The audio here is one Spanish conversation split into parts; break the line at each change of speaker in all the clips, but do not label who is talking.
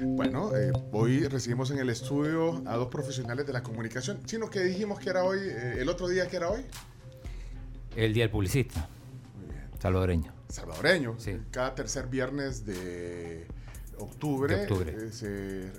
Bueno, eh, hoy recibimos en el estudio a dos profesionales de la comunicación. Sino que dijimos que era hoy, eh, el otro día que era hoy.
El día del publicista. Salvadoreño.
Ah, Salvadoreño.
Sí.
Cada tercer viernes de octubre,
De octubre.
eh, se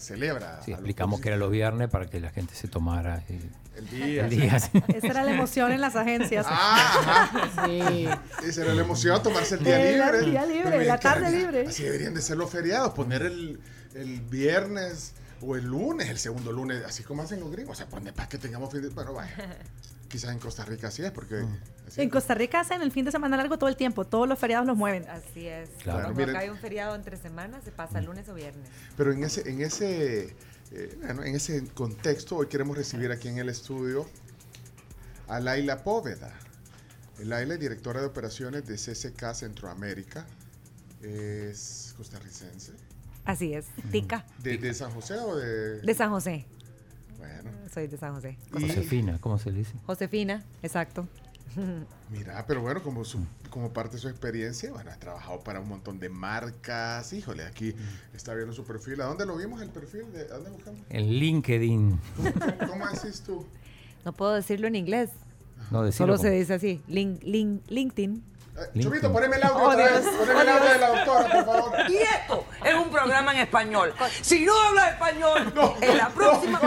celebra.
Sí,
a los
explicamos que era los viernes para que la gente se tomara el,
El día.
el día.
Esa era la emoción en las agencias.
Ah, ajá.
Sí.
Esa era la emoción, tomarse el día
Era el
libre.
día libre,
Pero,
la tarde
claro,
libre.
Así deberían de ser los feriados, poner el, el viernes o el lunes, el segundo lunes, así como hacen los gringos. O sea, poner para que tengamos fin de Bueno, vaya. Quizás en Costa Rica así es, porque. así
En
es.
Costa Rica hacen el fin de semana largo todo el tiempo. Todos los feriados los mueven.
Así es.
Claro.
Como
Miren.
acá hay un feriado entre semanas, se pasa lunes o viernes.
Pero en ese, en ese, eh, bueno, en ese contexto, hoy queremos recibir aquí en el estudio a Laila Póveda. Laila es directora de operaciones de CCK Centroamérica. Es costarricense.
Así es. Tica.
¿De, de San José o de.?
De San José.
Bueno.
Soy de San José.
Y-
Josefina, ¿cómo se le dice?
Josefina, exacto.
mira, pero bueno, como, su- como parte de su experiencia, bueno, ha trabajado para un montón de marcas. Híjole, aquí está viendo su perfil. ¿A dónde lo vimos el perfil? ¿De, ¿A dónde buscamos?
En LinkedIn.
¿Cómo, cómo- cómo decís tú? Eh,
No puedo decirlo en inglés.
No, decirlo
Solo se
como-
dice así. Lin- lin- LinkedIn.
Eh,
LinkedIn.
Chupito, poneme el audio
Oh,
otra
Dios.
vez. Poneme el audio de la doctora, por favor.
Y esto es un programa en español. Si no habla español, en la próxima.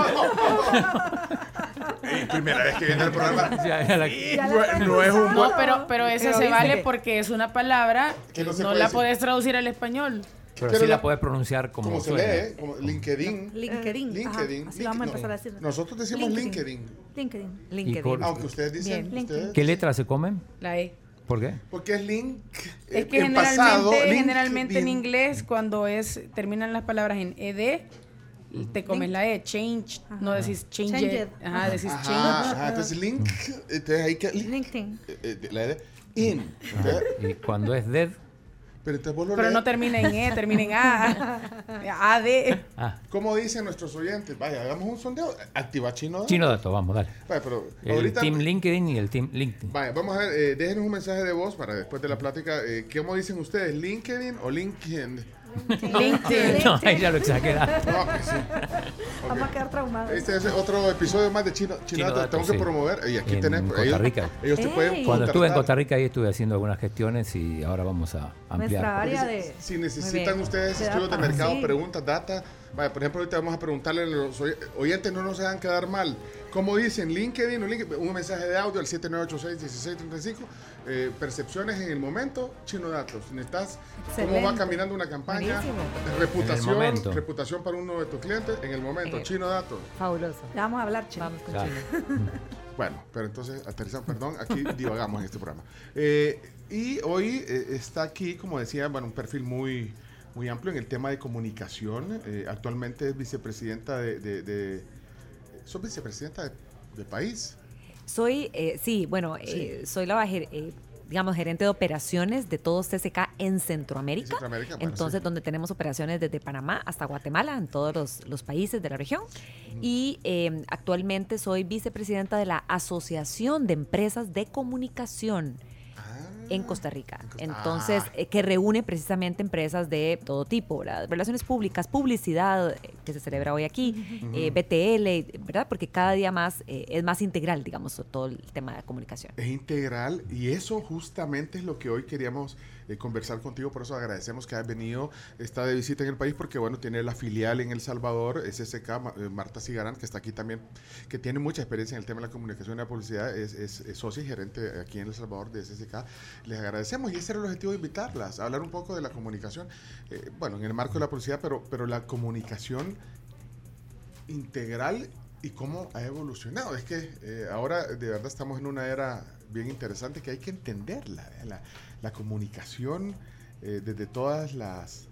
Ey, primera vez que viene el programa.
Ya, ya la-
Ya la
No-
están
no es un
usando.
No, pero, pero eso
Pero
se
dice
vale
que-
porque es una palabra
Que
que
no
no,
se puede
la
decir.
puedes traducir al español.
Pero
Pero
sí
la-
la puedes pronunciar como,
Como se
suena.
lee, eh? como LinkedIn.
LinkedIn.
LinkedIn.
Eh, Ajá, ah, así vamos a
No,
empezar a decirlo.
Nosotros decimos LinkedIn.
LinkedIn.
Y col-
LinkedIn.
Aunque ustedes dicen.
Bien.
ustedes-
¿Qué letra se comen?
La E.
¿Por qué?
Porque es link.
Es
eh,
que
en
generalmente,
pasado,
generalmente en
LinkedIn.
inglés cuando es terminan las palabras en ed te comes la e, change, no decís change,
Change it.
it. Ajá, decís
Ajá,
change.
ajá, entonces link. Entonces ahí que. Link.
LinkedIn.
eh, eh, de La de in. ¿verdad?
Y cuando es dead,
Pero entonces vos lo
Pero no
lees.
termina en e, termina en a. ad.
ah,
¿Cómo dicen nuestros oyentes? Vaya, hagamos un sondeo. Activa chino.
chino dato, vamos, dale.
Vaya, pero
El team LinkedIn y el team LinkedIn.
Vaya, vamos a ver, eh, déjenos un mensaje de voz para después de la plática. Eh, ¿Cómo dicen ustedes? ¿LinkedIn o LinkedIn?
LinkedIn.
No, ahí ya lo exageraste.
No, pues sí.
Vamos a quedar traumados.
Este es otro episodio más de Chino. Chino,
Chino
Dato,
Dato,
tengo
sí.
que promover. Y aquí
En
tenés.
Costa
ellos,
Rica.
ellos te
Ey.
pueden
Cuando estuve en
contratar.
Costa Rica ahí estuve haciendo algunas gestiones y ahora vamos a
Nuestra
ampliar.
área de.
Si
Muy
necesitan
bien.
ustedes
Te da
estudios de
para-
mercado,
sí.
preguntas, data. Vaya, por ejemplo, ahorita vamos a preguntarle a los oy- oyentes, no nos hagan quedar mal. ¿Cómo dicen? LinkedIn, o LinkedIn? un mensaje de audio al 7986-1635. Eh, percepciones en el momento, chino datos. Necesitas cómo va
Excelente.
caminando una campaña,
Buenísimo.
En el
reputación,
momento.
reputación para uno de tus clientes en el momento,
Eh.
chino datos.
Fabuloso.
Ya vamos a hablar, che.
Vamos con
Ya.
China.
Bueno, pero entonces aterrizamos, perdón, aquí divagamos en este programa. Eh, y hoy eh, está aquí, como decía, bueno, un perfil muy, muy amplio en el tema de comunicación. Eh, actualmente es vicepresidenta de... de, de- ¿Sos vicepresidenta de, de país?
Soy, eh, sí, bueno, eh, soy la bajer- eh, digamos, gerente de operaciones de todos CSK en Centroamérica.
En Centroamérica, Ah, bueno,
Entonces,
sí.
donde tenemos operaciones desde Panamá hasta Guatemala, en todos los, los países de la región. Y eh, actualmente soy vicepresidenta de la Asociación de Empresas de Comunicación
Ah.
en Costa Rica.
en Costa-
Entonces,
Ah.
eh, que reúne precisamente empresas de todo tipo, ¿verdad? Relaciones públicas, publicidad, eh, que se celebra hoy aquí, eh, BTL, ¿verdad? Porque cada día más eh, es más integral, digamos, todo el tema de la comunicación.
Es integral y eso justamente es lo que hoy queríamos eh, conversar contigo, por eso agradecemos que hayas venido, está de visita en el país porque bueno, tiene la filial en El Salvador, SSK, Ma- eh, Marta Cigarán, que está aquí también, que tiene mucha experiencia en el tema de la comunicación y la publicidad, es, es- es socia y gerente aquí en El Salvador de SSK. Les agradecemos y ese era el objetivo de invitarlas, a hablar un poco de la comunicación, eh, bueno, en el marco de la publicidad, pero, pero la comunicación integral y cómo ha evolucionado. Es que eh, ahora de verdad estamos en una era bien interesante que hay que entenderla, ¿eh? la, la comunicación eh, desde todas las,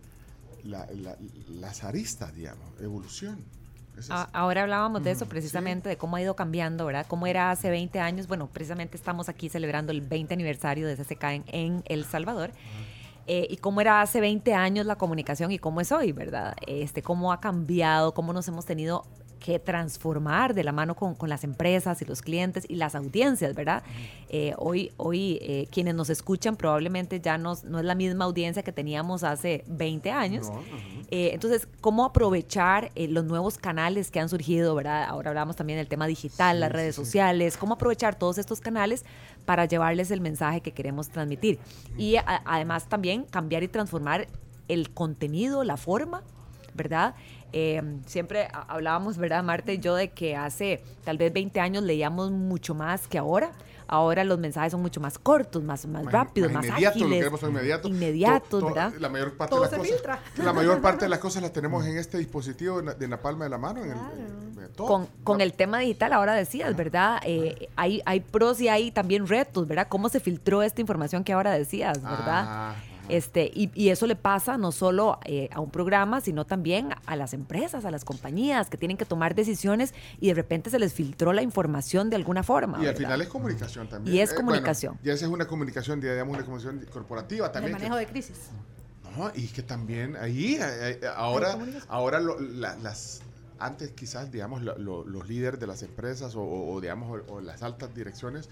la- la- las aristas, digamos, evolución. Ese es- Mm,
A- Ahora hablábamos de eso
Ujú,
precisamente, de cómo ha ido cambiando, ¿verdad? Cómo era hace 20 años. Bueno, precisamente estamos aquí celebrando el 20 aniversario de CCK en, en El Salvador. Eh, y cómo era hace 20 años la comunicación y cómo es hoy, ¿verdad? Este, cómo ha cambiado, cómo nos hemos tenido que que transformar de la mano con, con las empresas y los clientes y las audiencias, ¿verdad? Eh, hoy hoy eh, quienes nos escuchan probablemente ya nos, no es la misma audiencia que teníamos hace 20 años.
No, ajá.
Eh, entonces, ¿cómo aprovechar eh, los nuevos canales que han surgido, ¿verdad? Ahora hablamos también del tema digital, las redes sociales, ¿cómo aprovechar todos estos canales para llevarles el mensaje que queremos transmitir? Y a- además también cambiar y transformar el contenido, la forma, ¿verdad? Eh, siempre a- hablábamos, ¿verdad, Marta y yo, de que hace tal vez 20 años leíamos mucho más que ahora. Ahora los mensajes son mucho más cortos, más, más
Más-
rápidos, más,
inmediato, lo
ágiles.
que queremos son inmediato.
Inmediatos,
To- to-
¿verdad?
La mayor parte
Todo
de las
se
cosas,
filtra.
La mayor parte de las cosas las tenemos en este dispositivo, en la, de la palma de la mano, en el- en el- todo.
con, con
La-
el tema digital, ahora decías, ¿verdad? Eh, hay, hay pros y hay también retos, ¿verdad? ¿Cómo se filtró esta información que ahora decías, verdad?
Ah, ajá.
este, y, y eso le pasa no solo eh, a un programa, sino también a las empresas, a las compañías que tienen que tomar decisiones y de repente se les filtró la información de alguna forma.
Y al
¿verdad?
final es comunicación también. Eh,
Y es
bueno,
comunicación.
y esa es una comunicación, digamos, una comunicación corporativa
El
también. que-
manejo de crisis.
No, y que también ahí, eh, eh, ahora, ahora lo- la- las, antes quizás, digamos, lo- lo- los líderes de las empresas o, o- o, digamos, o, o las altas direcciones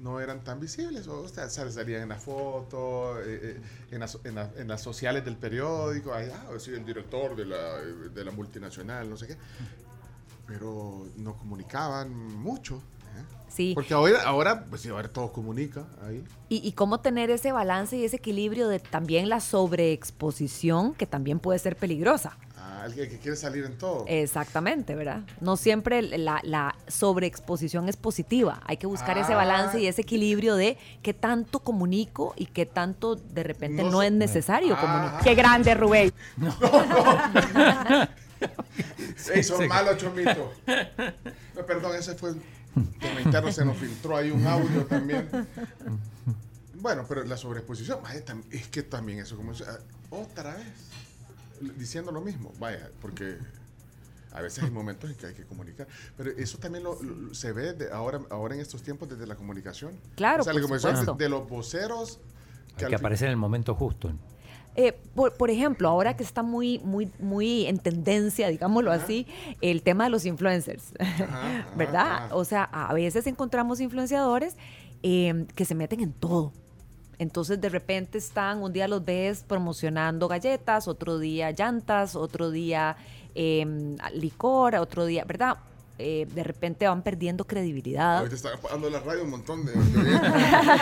no eran tan visibles, o, sea, sal- salían en las fotos, eh, eh, en, las- en las- en las sociales del periódico, ahí, ah, soy el director de la, de la multinacional, no sé qué, pero no comunicaban mucho. ¿eh?
Sí.
Porque ahora, ahora, pues sí, ahora todo comunica ahí.
Y, y cómo tener ese balance y ese equilibrio de también la sobreexposición, que también puede ser peligrosa.
Ah, alguien que quiere salir en todo.
Eh, Exactamente, ¿verdad? No siempre el- la, la sobreexposición es positiva. Hay que buscar ese
Ah.
balance y ese equilibrio de qué tanto comunico y qué tanto de repente
No
no,
so-
es necesario
Ah,
comunicar.
Qué grande, Rubén.
Sí, son
sí.
malos, Chomito. No, perdón, ese fue un tema interno, se nos filtró ahí un audio también. Bueno, pero la sobreexposición, vaya, tam- es que también eso, como es- ah, otra vez, l- diciendo lo mismo, vaya, porque a veces hay momentos en que hay que comunicar, pero eso también lo, lo- se ve de ahora, ahora en estos tiempos desde la comunicación.
Claro,
o sea, la
por
comunicación de-
supuesto.
de, los voceros
Hay
al
que
fin-
aparecer en el momento justo.
Eh, por, por ejemplo, ahora que está muy, muy, muy en tendencia, digámoslo así, el tema de los influencers,
Ajá,
¿verdad?
ajá.
O sea, a veces encontramos influenciadores eh, que se meten en todo. Entonces de repente están, un día los ves promocionando galletas, otro día llantas, otro día eh, licor, otro día, ¿verdad? Eh, de repente van perdiendo credibilidad.
Ahorita está apagando la radio un montón de.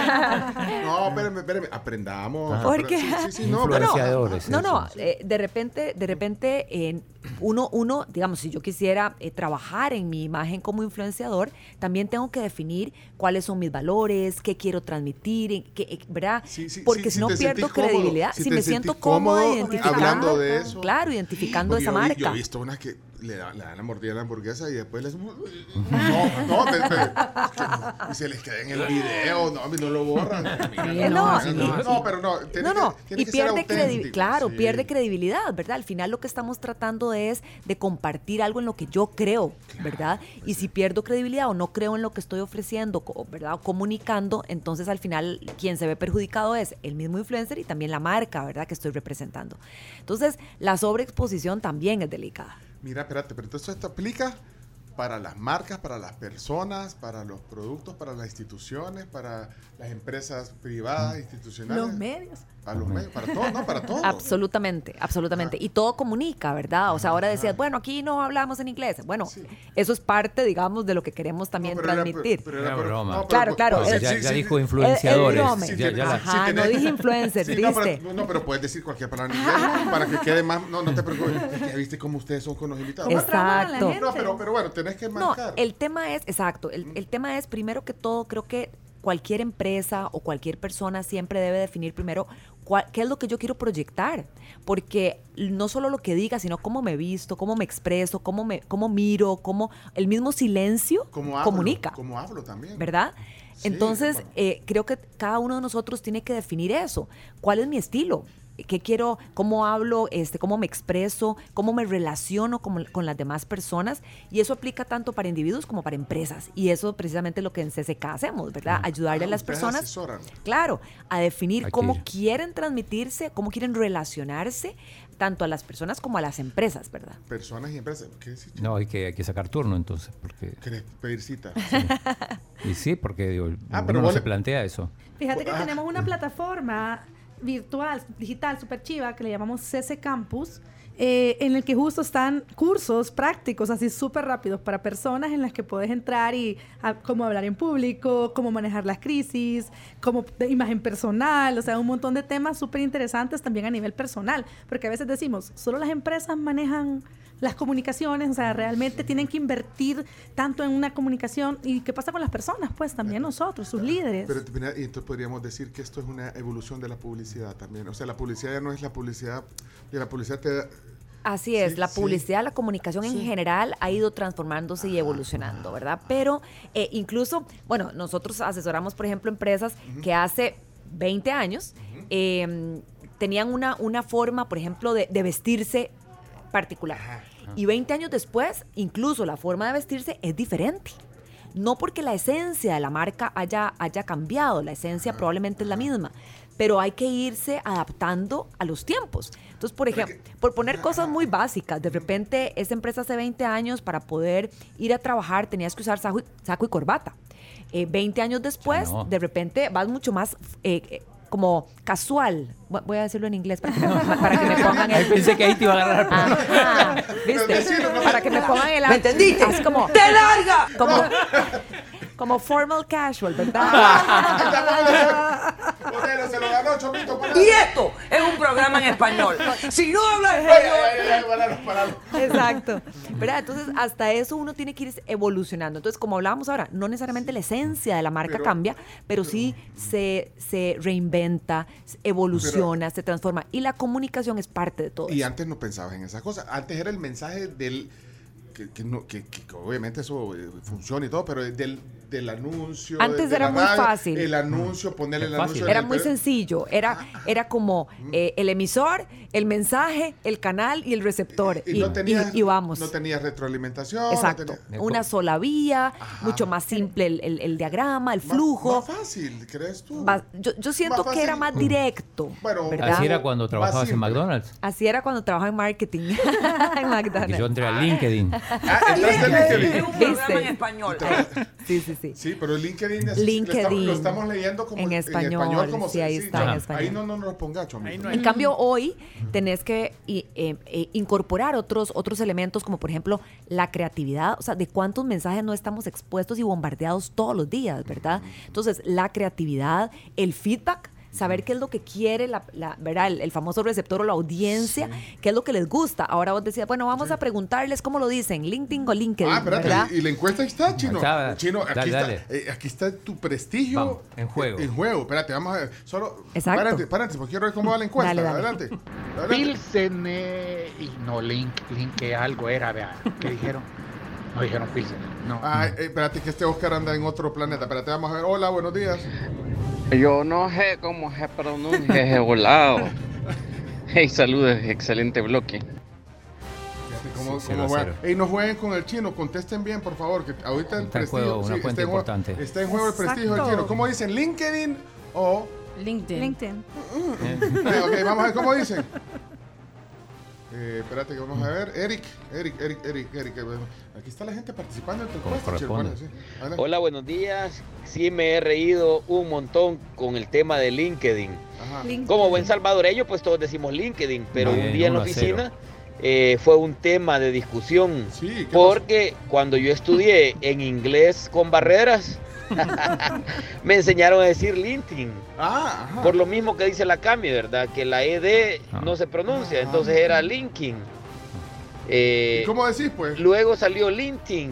no, espérame, espérame. Aprendamos.
Ah.
¿Por qué?
Sí, sí, sí, no,
Influencia.
pero.
Influenciadores,
No, no,
eso, sí.
eh, de repente, de repente, eh, uno, uno, digamos, si yo quisiera eh, trabajar en mi imagen como influenciador, también tengo que definir cuáles son mis valores, qué quiero transmitir, en qué, eh, ¿verdad?
Sí, sí,
Porque
sí,
si
si
no
te
pierdo
sentís cómodo,
credibilidad,
si
si,
te
me
sentís
siento cómoda
cómodo
identificando,
hablando de eso.
claro, identificando
Porque
esa
yo vi- Yo
marca.
he visto unas que le, da- le dan la mordida a la hamburguesa y después les. No, no, te- te- y se les queda en el video. No, a mí no lo borran. Mira,
Eh,
no,
no,
no,
sí,
no,
sí.
no, pero no. tiene
no,
que-
no,
tiene
y
que ser
pierde credibilidad,
auténtico,
claro,
sí.
pierde credibilidad, ¿verdad? Al final lo que estamos tratando es de compartir algo en lo que yo creo, ¿verdad?
pues
Y si pierdo credibilidad o no creo en lo que estoy ofreciendo, co- ¿verdad? O comunicando, entonces al final quien se ve perjudicado es el mismo influencer y también la marca, ¿verdad? Que estoy representando. Entonces, la sobreexposición también es delicada.
Mira, espérate, pero entonces esto aplica para las marcas, para las personas, para los productos, para las instituciones, para las empresas privadas, institucionales.
Los medios.
Para los medios, para todo, ¿no? Ah. Para todo.
Absolutamente, absolutamente. Y todo comunica, ¿verdad? O sea, ahora decías, bueno, aquí no hablamos en inglés. Bueno,
Sí.
eso es parte, digamos, de lo que queremos también
No, pero era-
transmitir.
pero era
Era
por-
broma.
no, pero
Claro,
por-
claro,
por-
es-
sí,
ya,
sí,
ya
sí,
dijo
sí,
influenciadores.
broma.
sí,
ya-
tiene-
ya la-
Ajá,
tiene-
no dije influencer,
Sí, no,
¿viste?
pero, no, pero puedes decir cualquier palabra en inglés para que quede más. No, no te preocupes. Ya viste cómo ustedes son con los invitados.
¿Cómo trauman a la
Exacto.
gente?
No, pero, pero bueno, tenés que
No,
marcar.
el tema es, exacto, el, el tema es, primero que todo, creo que cualquier empresa o cualquier persona siempre debe definir primero cuál- qué es lo que yo quiero proyectar, porque no solo lo que diga, sino cómo me visto, cómo me expreso, cómo, me, cómo miro, cómo el mismo silencio
Como hablo,
comunica.
Como hablo también.
¿verdad?
Sí,
Entonces,
bueno.
eh, creo que cada uno de nosotros tiene que definir eso. ¿Cuál es mi estilo? qué quiero, cómo hablo, este, cómo me expreso, cómo me relaciono con, con las demás personas. Y eso aplica tanto para individuos como para empresas. Y eso precisamente es lo que en CCK hacemos, ¿verdad? Ayudarle a
Ah,
las
ustedes
personas.
asesoran.
Claro, a definir
Hay que
cómo
ir.
quieren transmitirse, cómo quieren relacionarse, tanto a las personas como a las empresas, ¿verdad?
Personas y empresas. ¿Qué decís?
No, hay que, hay que sacar turno entonces, porque...
¿Querés pedir cita?
Y sí, porque digo,
Ah,
uno
pero
no
vos
se
le-
plantea eso.
Fíjate que
Ah.
tenemos una plataforma virtual, digital, super chiva, que le llamamos CC Campus, eh, en el que justo están cursos prácticos, así súper rápidos, para personas en las que puedes entrar y a- cómo hablar en público, cómo manejar las crisis, cómo de imagen personal, o sea, un montón de temas súper interesantes también a nivel personal, porque a veces decimos, solo las empresas manejan las comunicaciones, o sea, realmente tienen que invertir tanto en una comunicación y qué pasa con las personas, pues también nosotros, sus líderes.
Pero mira, y entonces podríamos decir que esto es una evolución de la publicidad también. O sea, la publicidad ya no es la publicidad. Y la publicidad te da.
Así es,
Sí,
la
sí.
publicidad, la comunicación
Sí. Ah,
en general ha ido transformándose y evolucionando, ¿verdad? Pero eh, incluso, bueno, nosotros asesoramos, por ejemplo, empresas que hace 20 años eh, tenían una, una forma, por ejemplo, de, de vestirse particular. Y 20 años después, incluso la forma de vestirse es diferente. No porque la esencia de la marca haya, haya cambiado, la esencia probablemente es la misma, pero hay que irse adaptando a los tiempos. Entonces, por ejemplo, por poner cosas muy básicas, de repente esa empresa hace 20 años para poder ir a trabajar tenías que usar saco y, saco y corbata. Eh, 20 años después,
Ya no.
de repente vas mucho más eh, eh, como casual. Voy- Voy a decirlo en inglés para que me, para que me pongan
Ahí
el... Ah,
pensé que ahí te iba a agarrar. pero-
Ajá, ¿viste?
Decilo, no.
Para que me pongan el
¿Me entendiste?
Así como,
¡Te larga!
como, como formal casual,
Ah.
¿verdad?
Otelo, se lo ganó, Chomito, para.
Y esto es un programa en español. Si no hablas
Ay, ay,
español,
ay, ay, paralo, paralo.
Exacto. ¿Verdad? Entonces, hasta eso uno tiene que ir evolucionando. Entonces, como hablábamos ahora, no necesariamente la esencia de la marca
Pero-
cambia, pero sí se, se reinventa, se evoluciona, se transforma. Y la comunicación es parte de todo
Y
eso.
antes no pensabas en esas cosas. Antes era el mensaje del. Que, que no- que- que- que obviamente eso eh, funciona y todo, pero del, del anuncio.
Antes
de- de
era
la
muy fácil.
El anuncio, ponerle el
Era
anuncio.
fácil.
en
Era
el
muy
periódico.
sencillo, era,
Ah.
era como
Mm.
eh, el emisor, el mensaje, el canal y el receptor.
Y,
Y,
no tenías,
y- y vamos.
No tenías retroalimentación. no
Exacto.
tenías-
tenía-
Una sola vía,
Ajá.
mucho más simple el, el- el diagrama, el
Más-
flujo.
Más, fácil, ¿crees tú?
Va- yo, yo siento
más
que era
fácil. Mm.
más directo.
Bueno,
¿verdad?
Así era cuando
Más
trabajabas en
simple.
McDonald's.
Así era cuando trabajaba en marketing en
Que yo
McDonald's.
entré a LinkedIn.
Ah, entraste en LinkedIn.
es un programa en
¿Viste?
español.
Sí, sí, sí.
Sí, pero LinkedIn, es-
LinkedIn.
Lo, estamos, lo estamos leyendo como
En español,
como
sí, ahí
sencillo.
está,
en
Ahí
español.
no, no nos lo ponga, chomito.
En cambio, hoy tenés que i- eh, eh, incorporar otros, otros elementos, como por ejemplo la creatividad. O sea, de cuántos mensajes no estamos expuestos y bombardeados todos los días, ¿verdad? Entonces, la creatividad, el feedback. Saber qué es lo que quiere la, la- ¿verdad? El, el famoso receptor o la audiencia, qué es lo que les gusta. Ahora vos decías, bueno, vamos a preguntarles cómo lo dicen, LinkedIn o LinkedIn.
Ah, espérate,
¿verdad?
y, y la encuesta ahí está, Chino.
Ahí está,
Chino, aquí,
dale,
está,
dale.
eh, aquí está tu prestigio.
Vamos, en juego.
En juego, espérate, vamos a ver. Solo,
Exacto.
Párate, párate, porque quiero ver cómo va la encuesta.
Dale, dale.
Adelante. adelante.
Pilsen eh, y no Link, Link que algo era, vea, ¿qué dijeron? No dijeron Pilsen, no.
Ah.
Ay, eh, espérate, que este Oscar anda en otro planeta. Espérate, vamos a ver. Hola, buenos días.
Yo no sé cómo se pronuncia ese volado. Hey, saludos, excelente bloque.
Fíjate cómo,
Sí,
cómo
cero a
juegan.
cero.
Ey, no jueguen con el chino, contesten bien, por favor. Que ahorita el
Está en
prestigio.
juego una
está
cuenta
en juego-
importante.
Está en juego el prestigio del
Exacto.
chino. ¿Cómo dicen? ¿LinkedIn o.?
LinkedIn.
LinkedIn.
Eh, ok, vamos a ver cómo dicen. Eh, espérate que vamos a ver. Eric, Eric, Eric, Eric, Eric. eh, bueno, Aquí está la gente participando en tu
Como
encuesta, chico,
corresponde.
bueno, sí. Adelante.
Hola, buenos días. Sí me he reído un montón con el tema de LinkedIn.
Ajá.
Como buen salvadoreño, pues todos decimos LinkedIn, pero
Bien,
un día en la
uno a cero.
oficina eh, fue un tema de discusión.
Sí, ¿qué
Porque cuando yo estudié en inglés con barreras, me enseñaron a decir LinkedIn.
Ah, ajá.
Por lo mismo que dice la Cami, ¿verdad? Que la ED no se pronuncia,
Ah.
entonces era LinkedIn.
¿Y
Eh,
¿Cómo decís, pues?
luego salió LinkedIn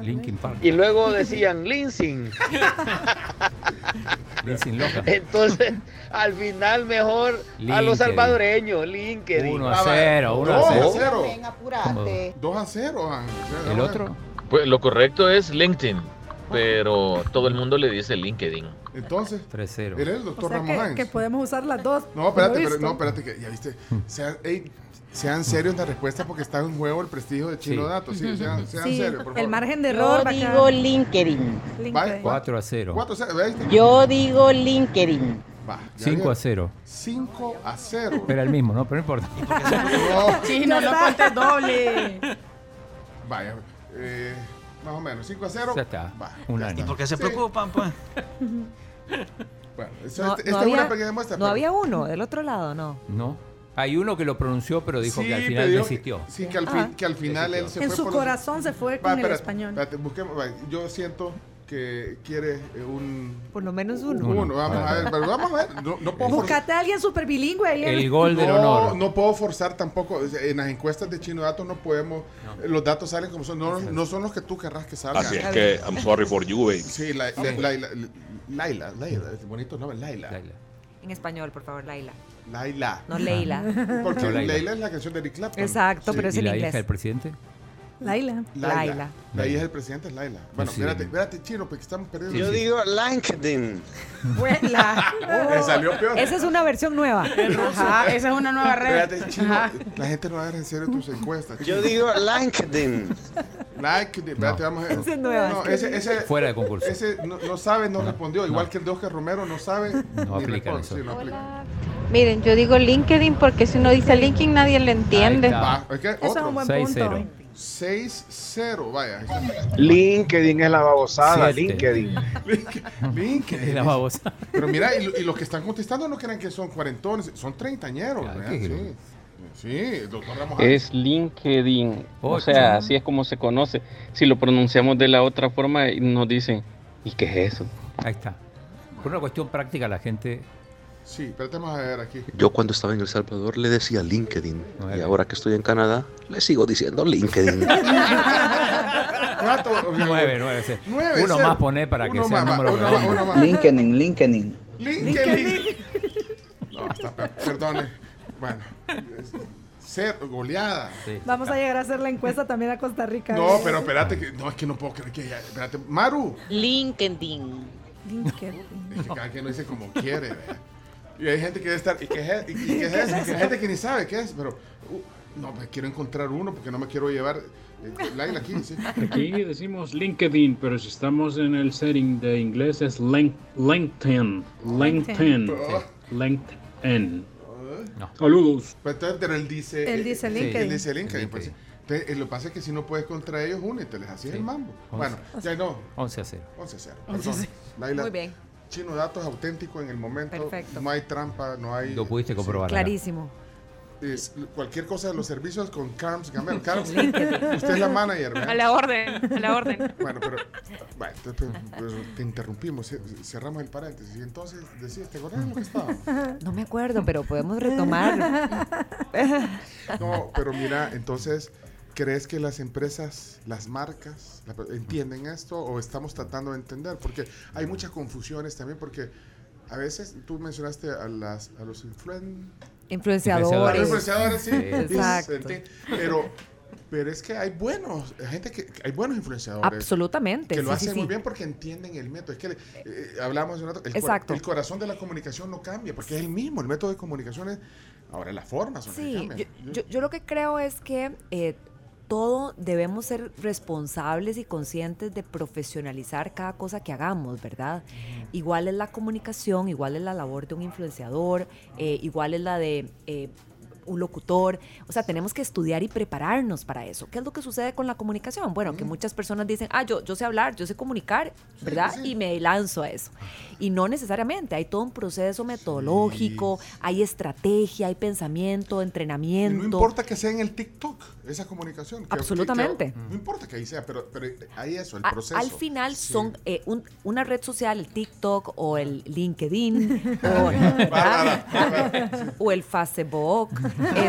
Linkin Park.
y luego decían LinkedIn.
Linkin Loca.
Entonces, al final mejor a los
LinkedIn.
salvadoreños, LinkedIn.
Uno
Ah,
a
va.
cero, uno
Dos
a cero.
cero.
Como-
2 a 0, Juan. O sea,
¿El
vamos a
otro?
Pues lo correcto es LinkedIn, pero todo el mundo le dice LinkedIn.
Entonces,
3-0.
era el
O
doctor
sea
Ramos
que,
Hines.
que podemos usar las dos. por
No,
lo
espérate, pero,
visto.
no, espérate, que ya viste. Sean, ey, sean serios en la respuesta porque está en juego el prestigio de Chino
Sí.
Datos. Sí, sean, sean
Sí,
serios, por favor.
el margen de
Yo
error. va a quedar-
digo LinkedIn.
LinkedIn.
Vale.
Cuatro a cero.
¿Cuánto se- ¿Viste?
Yo digo LinkedIn.
Va, ya
5 a
había-
0.
Cinco a cero. Oh,
Era el mismo, ¿no? Pero no importa.
No,
Chino, no contes doble.
vaya, eh, más o menos. 5 a 0.
Ya está,
Va,
unánime.
ya
¿Y por qué se
Sí,
preocupan, pues?
Bueno, eso-
No,
este-
no
esta es una
había-
pequeña muestra.
No
pero-
había uno, del otro lado no.
No. Hay uno que lo pronunció, pero dijo
Sí,
que al
pero
final
dijo
no
que-
existió.
Sí, que al, fin- que al final él se
En
fue
su
por-
corazón se fue
Va,
con el
espérate,
español.
espérate, busquemos, va, yo siento que quiere eh, un...
Por lo menos
un-
uno.
Uno, vamos a ver, pero vamos a ver. No, no puedo forzar-
Buscate a alguien super bilingüe ahí. en-
El gol del
no,
honor.
no puedo forzar tampoco. o sea, En las encuestas de Chino Datos no podemos. eh, Los datos salen como son. No, no son los que tú querrás que salgan.
Así es que I'm sorry for you, baby.
Sí, la, la- Laila, Laila, Laila, es bonito nombre, Laila.
Laila.
En español, por favor, Laila.
Laila.
No Leila.
Porque
No, Laila.
Laila. es la canción de Eric Clapton.
Exacto,
Sí.
pero es
¿Y
en
la
inglés.
hija del presidente?
Laila.
Laila.
Laila.
La hija del presidente es Laila. Bueno,
sí.
espérate, espérate, Chino, porque estamos perdiendo.
Yo digo LinkedIn.
Vuela.
Le Eh, salió peor.
Esa es una versión nueva.
Ajá, esa es una nueva red.
Espérate, Chino, la gente no va a dar en serio tus encuestas.
Yo digo LinkedIn.
Like, espérate, vamos a ver.
Esa es nueva.
No, ese, ese,
Fuera de concurso.
Ese no, no sabe, no, respondió. Igual que el de Oscar Romero no sabe.
No aplica eso.
no aplica.
Miren, yo digo LinkedIn porque si uno dice LinkedIn nadie le entiende.
Ahí
Va, ok,
Eso es un
otro.
buen
Seis,
punto.
cero.
6-0, vaya.
LinkedIn es la babosada,
Siete.
LinkedIn.
LinkedIn.
La babosa.
Pero mira, y, lo- y los que están contestando no creen que son cuarentones, son treintañeros.
Ay,
¿verdad?
qué
Sí.
giro.
Sí, doctor Ramos.
Es LinkedIn. O
Ocho.
sea, así es como se conoce. Si lo pronunciamos de la otra forma, nos dicen, ¿y qué es eso?
Ahí está. Por una cuestión práctica, la gente.
Sí, espérate, vamos a ver aquí.
Yo cuando estaba en El Salvador le decía LinkedIn y
Nueve.
ahora que estoy en Canadá le sigo diciendo LinkedIn.
¿Cuánto?
Nueve, nueve, seis.
Nueve,
Uno
cero.
más poné para que
Uno
sea el
más,
número
uno
redondo.
más, uno más.
LinkedIn, LinkedIn.
LinkedIn. No, está, per- perdone. Bueno, es- ser goleada.
Sí.
Vamos a llegar a hacer la encuesta también a Costa Rica.
No, pero espérate, que, no, es que no puedo creer que ya. Espérate, Maru.
LinkedIn.
LinkedIn.
Es que cada quien lo dice como quiere. ¿verdad? Y hay gente que debe estar. ¿Y qué es, y- y qué es eso? Y hay gente que ni sabe qué es, pero. uh, no, me quiero encontrar uno porque no me quiero llevar. eh, el águila aquí, sí.
Aquí decimos LinkedIn, pero si estamos en el setting de inglés es Link- LinkedIn. LinkedIn. LinkedIn.
No.
Saludos.
Pero entonces, pero él dice.
Él dice
eh,
LinkedIn.
Él dice LinkedIn.
LinkedIn.
pues, sí. Entonces, eh, lo que pasa es que si no puedes contra ellos, úneteles. Así es el mambo. Bueno, ya no.
11 a 0.
11 0. Perdón. Laila,
Muy bien,
Chino, datos auténticos en el momento.
Perfecto.
No hay trampa, no hay.
Lo pudiste comprobar. acá.
clarísimo.
es- cualquier cosa de los servicios con Carms Gamel. Carms, usted es la manager, ¿verdad?
A la orden, a la orden.
Bueno, pero, bueno, te, te- te interrumpimos, ce- cerramos el paréntesis. Y entonces decías, ¿te acordás de lo que estaba?
No me acuerdo, pero podemos retomar.
No, pero mira, entonces, ¿crees que las empresas, las marcas, la- entienden esto o estamos tratando de entender? Porque hay muchas confusiones también, porque a veces tú mencionaste a, las, a los influen- a los
Influenciadores.
influenciadores, sí.
Sí.
Exacto.
enti- Pero, pero es que hay buenos, hay gente que, hay buenos influenciadores.
Absolutamente.
Que lo
sí,
hacen
sí,
muy
sí.
bien porque entienden el método. Es que eh, hablamos de un rato, el, cora-
Exacto.
el corazón de la comunicación no cambia porque es el mismo. El método de comunicación es. Ahora las formas son las que
Sí,
cambian.
yo, yo- yo lo que creo es que eh, todo debemos ser responsables y conscientes de profesionalizar cada cosa que hagamos, ¿verdad? Igual es la comunicación, igual es la labor de un influenciador, eh, igual es la de... eh, un locutor, o sea, tenemos que estudiar y prepararnos para eso. ¿Qué es lo que sucede con la comunicación? Bueno, que muchas personas dicen, ah, yo, yo sé hablar, yo sé comunicar, ¿verdad?
sí.
Y me lanzo a eso. Y no necesariamente, hay todo un proceso metodológico, hay estrategia, hay pensamiento,
Y
entrenamiento.
no importa que sea en el TikTok, esa comunicación. que- que- que-
Absolutamente.
no importa que ahí sea, pero, pero hay eso, el
A-
proceso.
al final
Sí.
son eh, un- una red social, el TikTok o el LinkedIn o,
Bárbara,
¿verdad?
Bárbara.
o el Facebook,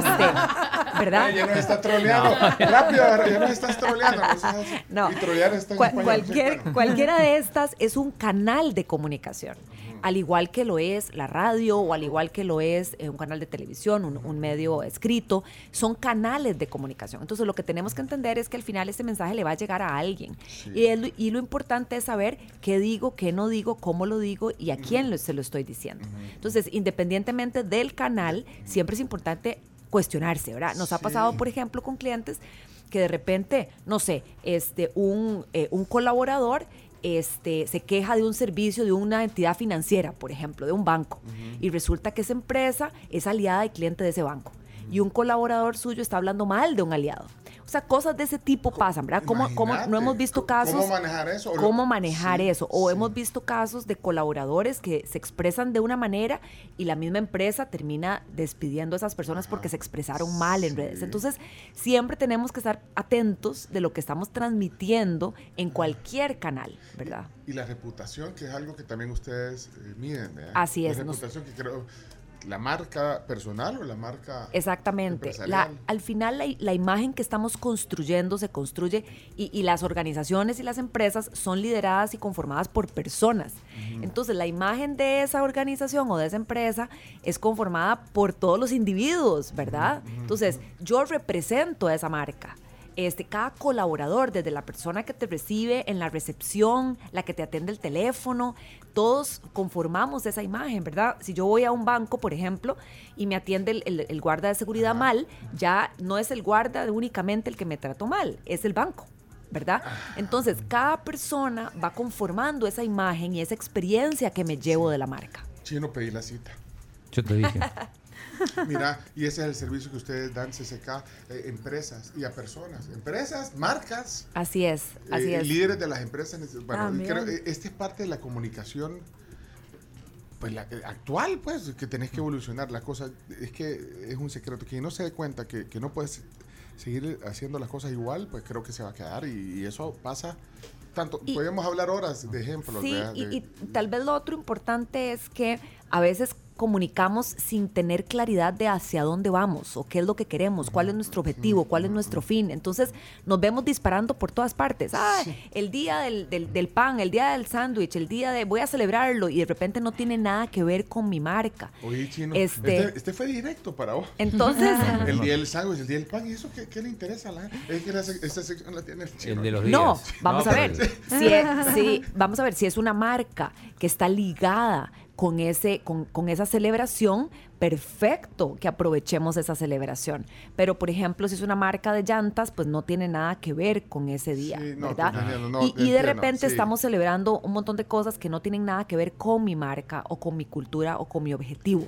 este,
Ah, ya
¿verdad?
nos está troleando. Rápido, ya nos estás troleando. no seas así.
No.
Y trolear está en
Cual-
español, sí,
cualquier,
bueno.
cualquiera de estas es un canal de comunicación. al igual que lo es la radio o al igual que lo es eh, un canal de televisión, un, un medio escrito, son canales de comunicación. Entonces lo que tenemos que entender es que al final este mensaje le va a llegar a alguien. Y, es lo- y lo importante es saber qué digo, qué no digo, cómo lo digo y a quién lo- se lo estoy diciendo. Entonces, independientemente del canal, siempre es importante cuestionarse, ¿verdad? Nos ha pasado,
Sí.
por ejemplo, con clientes que de repente, no sé, este, un, eh, un colaborador este, se queja de un servicio de una entidad financiera, por ejemplo, de un banco, y resulta que esa empresa es aliada y cliente de ese banco, y un colaborador suyo está hablando mal de un aliado. O sea, cosas de ese tipo pasan, ¿verdad? ah, ¿Cómo, cómo no hemos visto casos?
¿Cómo manejar eso? O lo-
¿Cómo manejar eso? O hemos visto casos de colaboradores que se expresan de una manera y la misma empresa termina despidiendo a esas personas porque se expresaron mal en redes. Entonces, siempre tenemos que estar atentos de lo que estamos transmitiendo en cualquier canal, ¿verdad?
Y la reputación, que es algo que también ustedes eh, miden, ¿verdad?
Así es,
La
nos-
reputación que creo, la marca personal o la marca...
Exactamente. La-
Empresarial.
al final la, la imagen que estamos construyendo se construye y, y las organizaciones y las empresas son lideradas y conformadas por personas. Entonces la imagen de esa organización o de esa empresa es conformada por todos los individuos, ¿verdad? Entonces yo represento a esa marca. Este, cada colaborador, desde la persona que te recibe en la recepción, la que te atiende el teléfono, todos conformamos esa imagen, ¿verdad? Si yo voy a un banco, por ejemplo, y me atiende el, el- el guarda de seguridad mal, ya no es el guarda únicamente el que me trató mal, es el banco. ¿Verdad? Entonces, cada persona va conformando esa imagen y esa experiencia que me llevo de la marca.
Chino, pedí la cita.
Yo te dije.
Mira, y ese es el servicio que ustedes dan, CCK, eh, empresas y a personas. Empresas, marcas.
Así es, así
eh,
es.
Líderes de las empresas. neces- Bueno,
También.
creo, eh, esta es parte de la comunicación pues, la, eh, actual, pues, que tenés que evolucionar. La cosa es que es un secreto. Quien no se dé cuenta que, que no puedes seguir haciendo las cosas igual, pues creo que se va a quedar. Y, y eso pasa tanto. Podemos hablar horas de ejemplos.
Sí,
¿verdad?
y,
De-
y tal vez lo otro importante es que a veces comunicamos sin tener claridad de hacia dónde vamos o qué es lo que queremos, cuál es nuestro objetivo, cuál es nuestro fin. Entonces nos vemos disparando por todas partes. Ah, el día del, del- del pan, el día del sándwich, el día de voy a celebrarlo y de repente no tiene nada que ver con mi marca.
Oye, chino.
Este-
Este, este fue directo para vos.
Entonces-
el día del sándwich, el día del pan. ¿Y eso qué, qué le interesa a la gente? Es que la sec- esta sección la tiene el chino.
de los
No,
días.
vamos
No,
a
pero-
ver. Si es- si- vamos a ver si es una marca que está ligada con, ese, con, con esa celebración, perfecto que aprovechemos esa celebración. Pero, por ejemplo, si es una marca de llantas, pues no tiene nada que ver con ese día,
no,
¿verdad?
te entiendo, no,
y,
te
y de
entiendo,
repente
sí.
estamos celebrando un montón de cosas que no tienen nada que ver con mi marca o con mi cultura o con mi objetivo.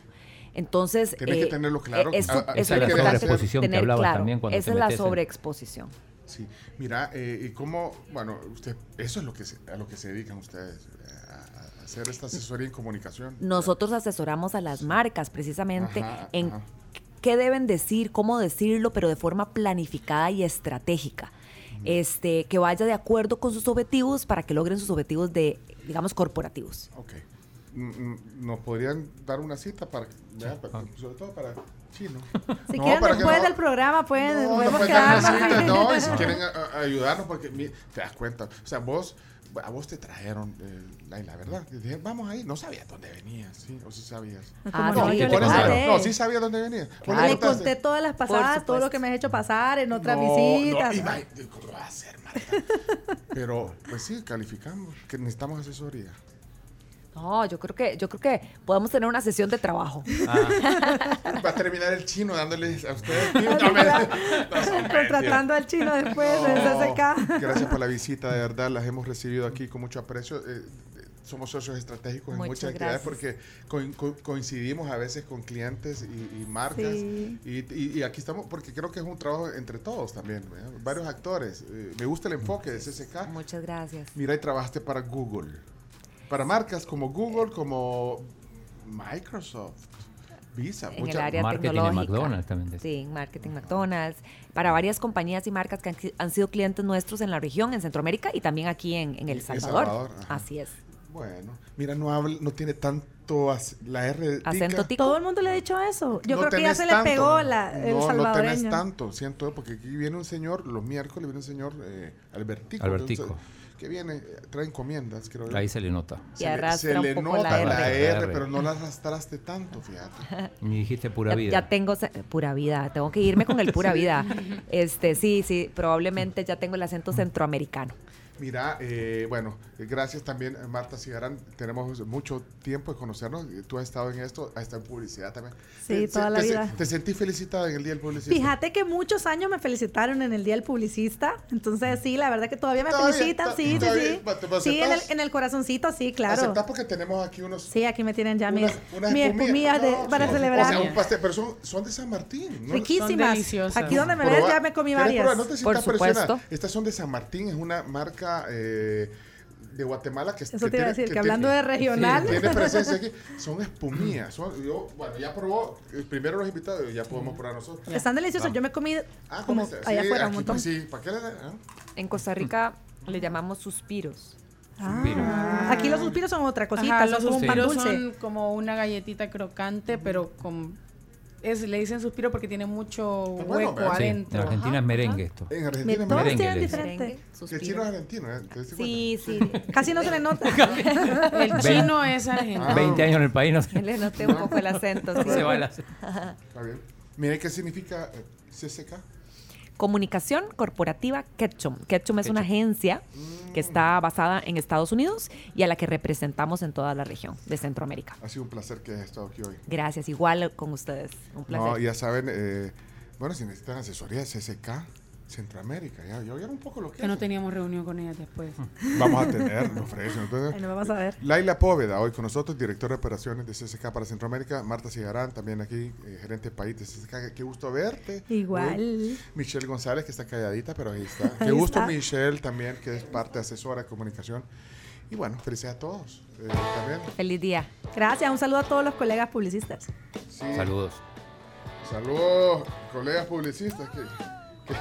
Entonces,
Tienes que tenerlo claro.
eh, Eso,
Ah, ah, esa
eso
es la
importante
sobreexposición que
tener
hablabas
claro.
también cuando
Esa
te
es la
metes en-
sobreexposición.
Sí, mira, eh, y cómo, bueno, usted, eso es lo que se- a lo que se dedican ustedes, eh, a, a hacer esta asesoría en comunicación.
Nosotros asesoramos a las marcas precisamente
Ajá,
en
ajá.
qué deben decir, cómo decirlo, pero de forma planificada y estratégica. Este, que vaya de acuerdo con sus objetivos para que logren sus objetivos de, digamos, corporativos.
Ok. Mm, mm, ¿Nos podrían dar una cita para, ¿verdad? Pa-
Ah.
sobre todo para chino?
Si
No,
quieren,
para que
después
no-
del programa pueden,
No,
podemos
pues,
quedar
dame
más
cita,
ahí.
no, y si quieren a- a- ayudarnos, porque mi- te das cuenta. O sea, vos, a vos te trajeron, eh, la, la verdad. que dije, vamos ahí. No sabía dónde venías, ¿sí? O sí sabías.
Ah,
no,
sí,
¿te
yo le
pones a-
conté.
no, sí sabía dónde venías. ¿Vos
Claro, le
contaste?
conté todas las
Ah, Por
pasadas, todo
supuesto.
lo que me has hecho pasar en otras
No,
visitas.
no, ima- ¿Cómo va a ser, Marta? Pero, pues sí, calificamos, que necesitamos asesoría.
No, yo creo que, yo creo que podemos tener una sesión de trabajo.
Va a terminar el chino dándoles a ustedes. No, me- no, son
Contratando al chino después en
No,
CCK.
Gracias por la visita, de verdad, las hemos recibido aquí con mucho aprecio. Eh, eh, somos socios estratégicos en
Muchas
muchas entidades
gracias.
porque coin- co- coincidimos a veces con clientes y, y marcas.
Sí.
Y, y- y aquí estamos, porque creo que es un trabajo entre todos también, ¿verdad? varios actores. Eh, me gusta el enfoque de CSK.
Muchas gracias.
Mira, y trabajaste para Google. Para marcas como Google, como Microsoft, Visa,
en el
muchas-
área
Marketing en
tecnológica.
McDonald's también. decía.
Sí, en marketing McDonald's. Para varias compañías y marcas que han, qui- han sido clientes nuestros en la región, en Centroamérica y también aquí en, en El Salvador.
Salvador, ajá.
Así es.
Bueno, mira, no habla, no tiene tanto ac- la R de tica.
Todo el mundo le ha dicho eso. Yo
No
creo que ya
tenés
se le
tanto,
pegó
¿no?
la, el
no, no
salvadoreño.
tenés tanto, siento, porque aquí viene un señor, los miércoles viene un señor eh, Albertico.
Albertico.
entonces, que viene, eh, trae encomiendas, creo yo.
Ahí se le nota.
Se
Y
le-
arrastra
se
un
le
poco la
nota
R.
la R,
La R.
pero no la arrastraste tanto, fíjate.
Me dijiste pura
ya,
vida.
ya tengo se- pura vida, tengo que irme con el pura vida. Este, sí, sí, probablemente ya tengo el acento
Mm.
centroamericano.
Mira, eh, bueno, eh, gracias también eh, Marta Cigarán. Tenemos mucho tiempo de conocernos. Eh, Tú has estado en esto, has estado en publicidad también.
Sí, toda la
se-
vida.
¿Te sentí felicitada en el Día del Publicista?
Fíjate que muchos años me felicitaron en el Día del Publicista. Entonces, sí, la verdad que todavía me
Todavía,
felicitan.
to-
Sí, sí,
todavía,
sí.
¿me- te- me
Sí, en el,
aceptás?
en el corazoncito, sí, claro.
¿Aceptás porque tenemos aquí unos.
Sí, aquí me tienen ya mis,
unas- unas
mis
espumillas?
espumillas de-
No,
para
sí.
celebrar.
O sea, un pastel, pero son, son de San Martín. ¿no?
Riquísimas. Son deliciosas. Aquí donde me ves
Probá-
ya me comí
¿Quieres
varias.
probar? No te
Por
sientas presionada.
supuesto.
Estas son de San Martín, es una marca eh, de Guatemala que
Eso te iba a decir, que hablando de regional.
que tiene presencia aquí. Son espumillas. son- yo, bueno, ya probó eh, primero los invitados, ya podemos probar nosotros.
Están deliciosas. Yo me comí como
¿Comiste?
allá
Ah, Sí,
afuera un
aquí,
montón.
pues, Sí, ¿para qué le da? ah?
En Costa Rica
Mm.
le llamamos suspiros.
Ah. Aquí los suspiros son otra cosita,
Ajá,
son
los
como un pan
suspiros
dulce.
son como una galletita crocante, pero con es, le dicen suspiro porque tiene mucho
bueno,
hueco
¿verdad?
Sí,
adentro.
en Argentina es merengue esto.
En Argentina es
Todos
merengue.
tienen
le dicen.
diferente.
Merengue, Que el
suspiro.
chino es argentino, ¿eh? ¿Te diste cuenta?
Sí, sí.
Casi no se le nota.
El chino
Ah.
es argentino.
20 años en el país no se
Le noté un poco el acento. sí.
Se va el acento.
Está bien. Mire, ¿qué significa eh, CCK?
Comunicación Corporativa Ketchum. Ketchum es una
Ketchum.
agencia que
Mm.
está basada en Estados Unidos y a la que representamos en toda la región de Centroamérica.
Ha sido un placer que hayas estado aquí hoy.
Gracias, igual con ustedes. Un placer.
No, ya saben, eh, bueno, si necesitan asesoría de CSK, Centroamérica, ya, ya oyeron un poco lo que
Que no teníamos reunión con ella después.
vamos a tener, lo ofrecen. Entonces,
Ahí nos vamos a ver.
Laila Póveda, hoy con nosotros, directora de operaciones de CSK para Centroamérica, Marta Cigarán, también aquí, eh, gerente de país de CSK, qué gusto verte.
Igual.
Uy, Michelle González, que está calladita, pero ahí está. qué
Ahí
gusto
está.
Michelle también, que es parte asesora de comunicación. Y bueno, felicidades a todos. eh, también.
Feliz día.
Gracias, un saludo a todos los colegas publicistas.
Sí.
Saludos.
Saludos, colegas publicistas. ¿Qué, qué-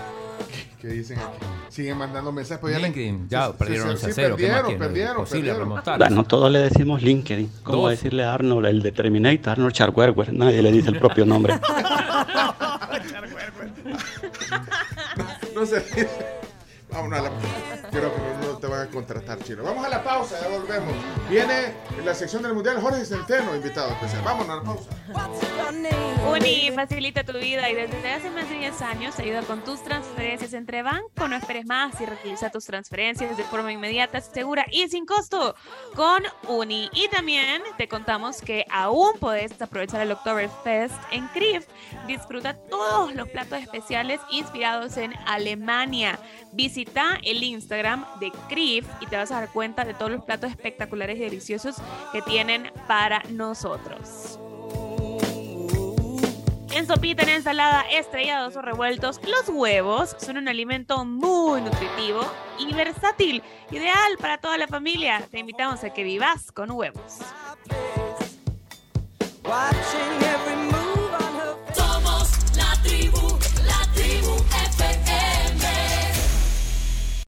qué dicen aquí? Siguen mandando mensajes. Pues ya le-
LinkedIn, ya perdieron
sí,
11
sí,
cero, ¿qué más
perdieron,
quieren?
perdieron,
Imposible
perdieron.
remontar.
Bueno, todos le decimos LinkedIn. ¿Cómo
Dos.
decirle a Arnold el de Terminator, Arnold Schwarzenegger? Nadie le dice el propio nombre.
No sé. Vámonos a la Creo que no te van a contratar, chino. Vamos a la pausa, ya volvemos. Viene la sección del Mundial Jorge Centeno, invitado especial. Vámonos a la pausa.
Uni facilita tu vida y desde hace más de 10 años te ayuda con tus transferencias entre banco. No esperes más y realiza tus transferencias de forma inmediata, segura y sin costo con Uni. Y también te contamos que aún puedes aprovechar el Oktoberfest en CRIF. Disfruta todos los platos especiales inspirados en Alemania. Visita el Instagram de CRIF y te vas a dar cuenta de todos los platos espectaculares y deliciosos que tienen para nosotros. En sopita, en ensalada, estrellados o revueltos, los huevos son un alimento muy nutritivo y versátil, ideal para toda la familia. Te invitamos a que vivas con huevos.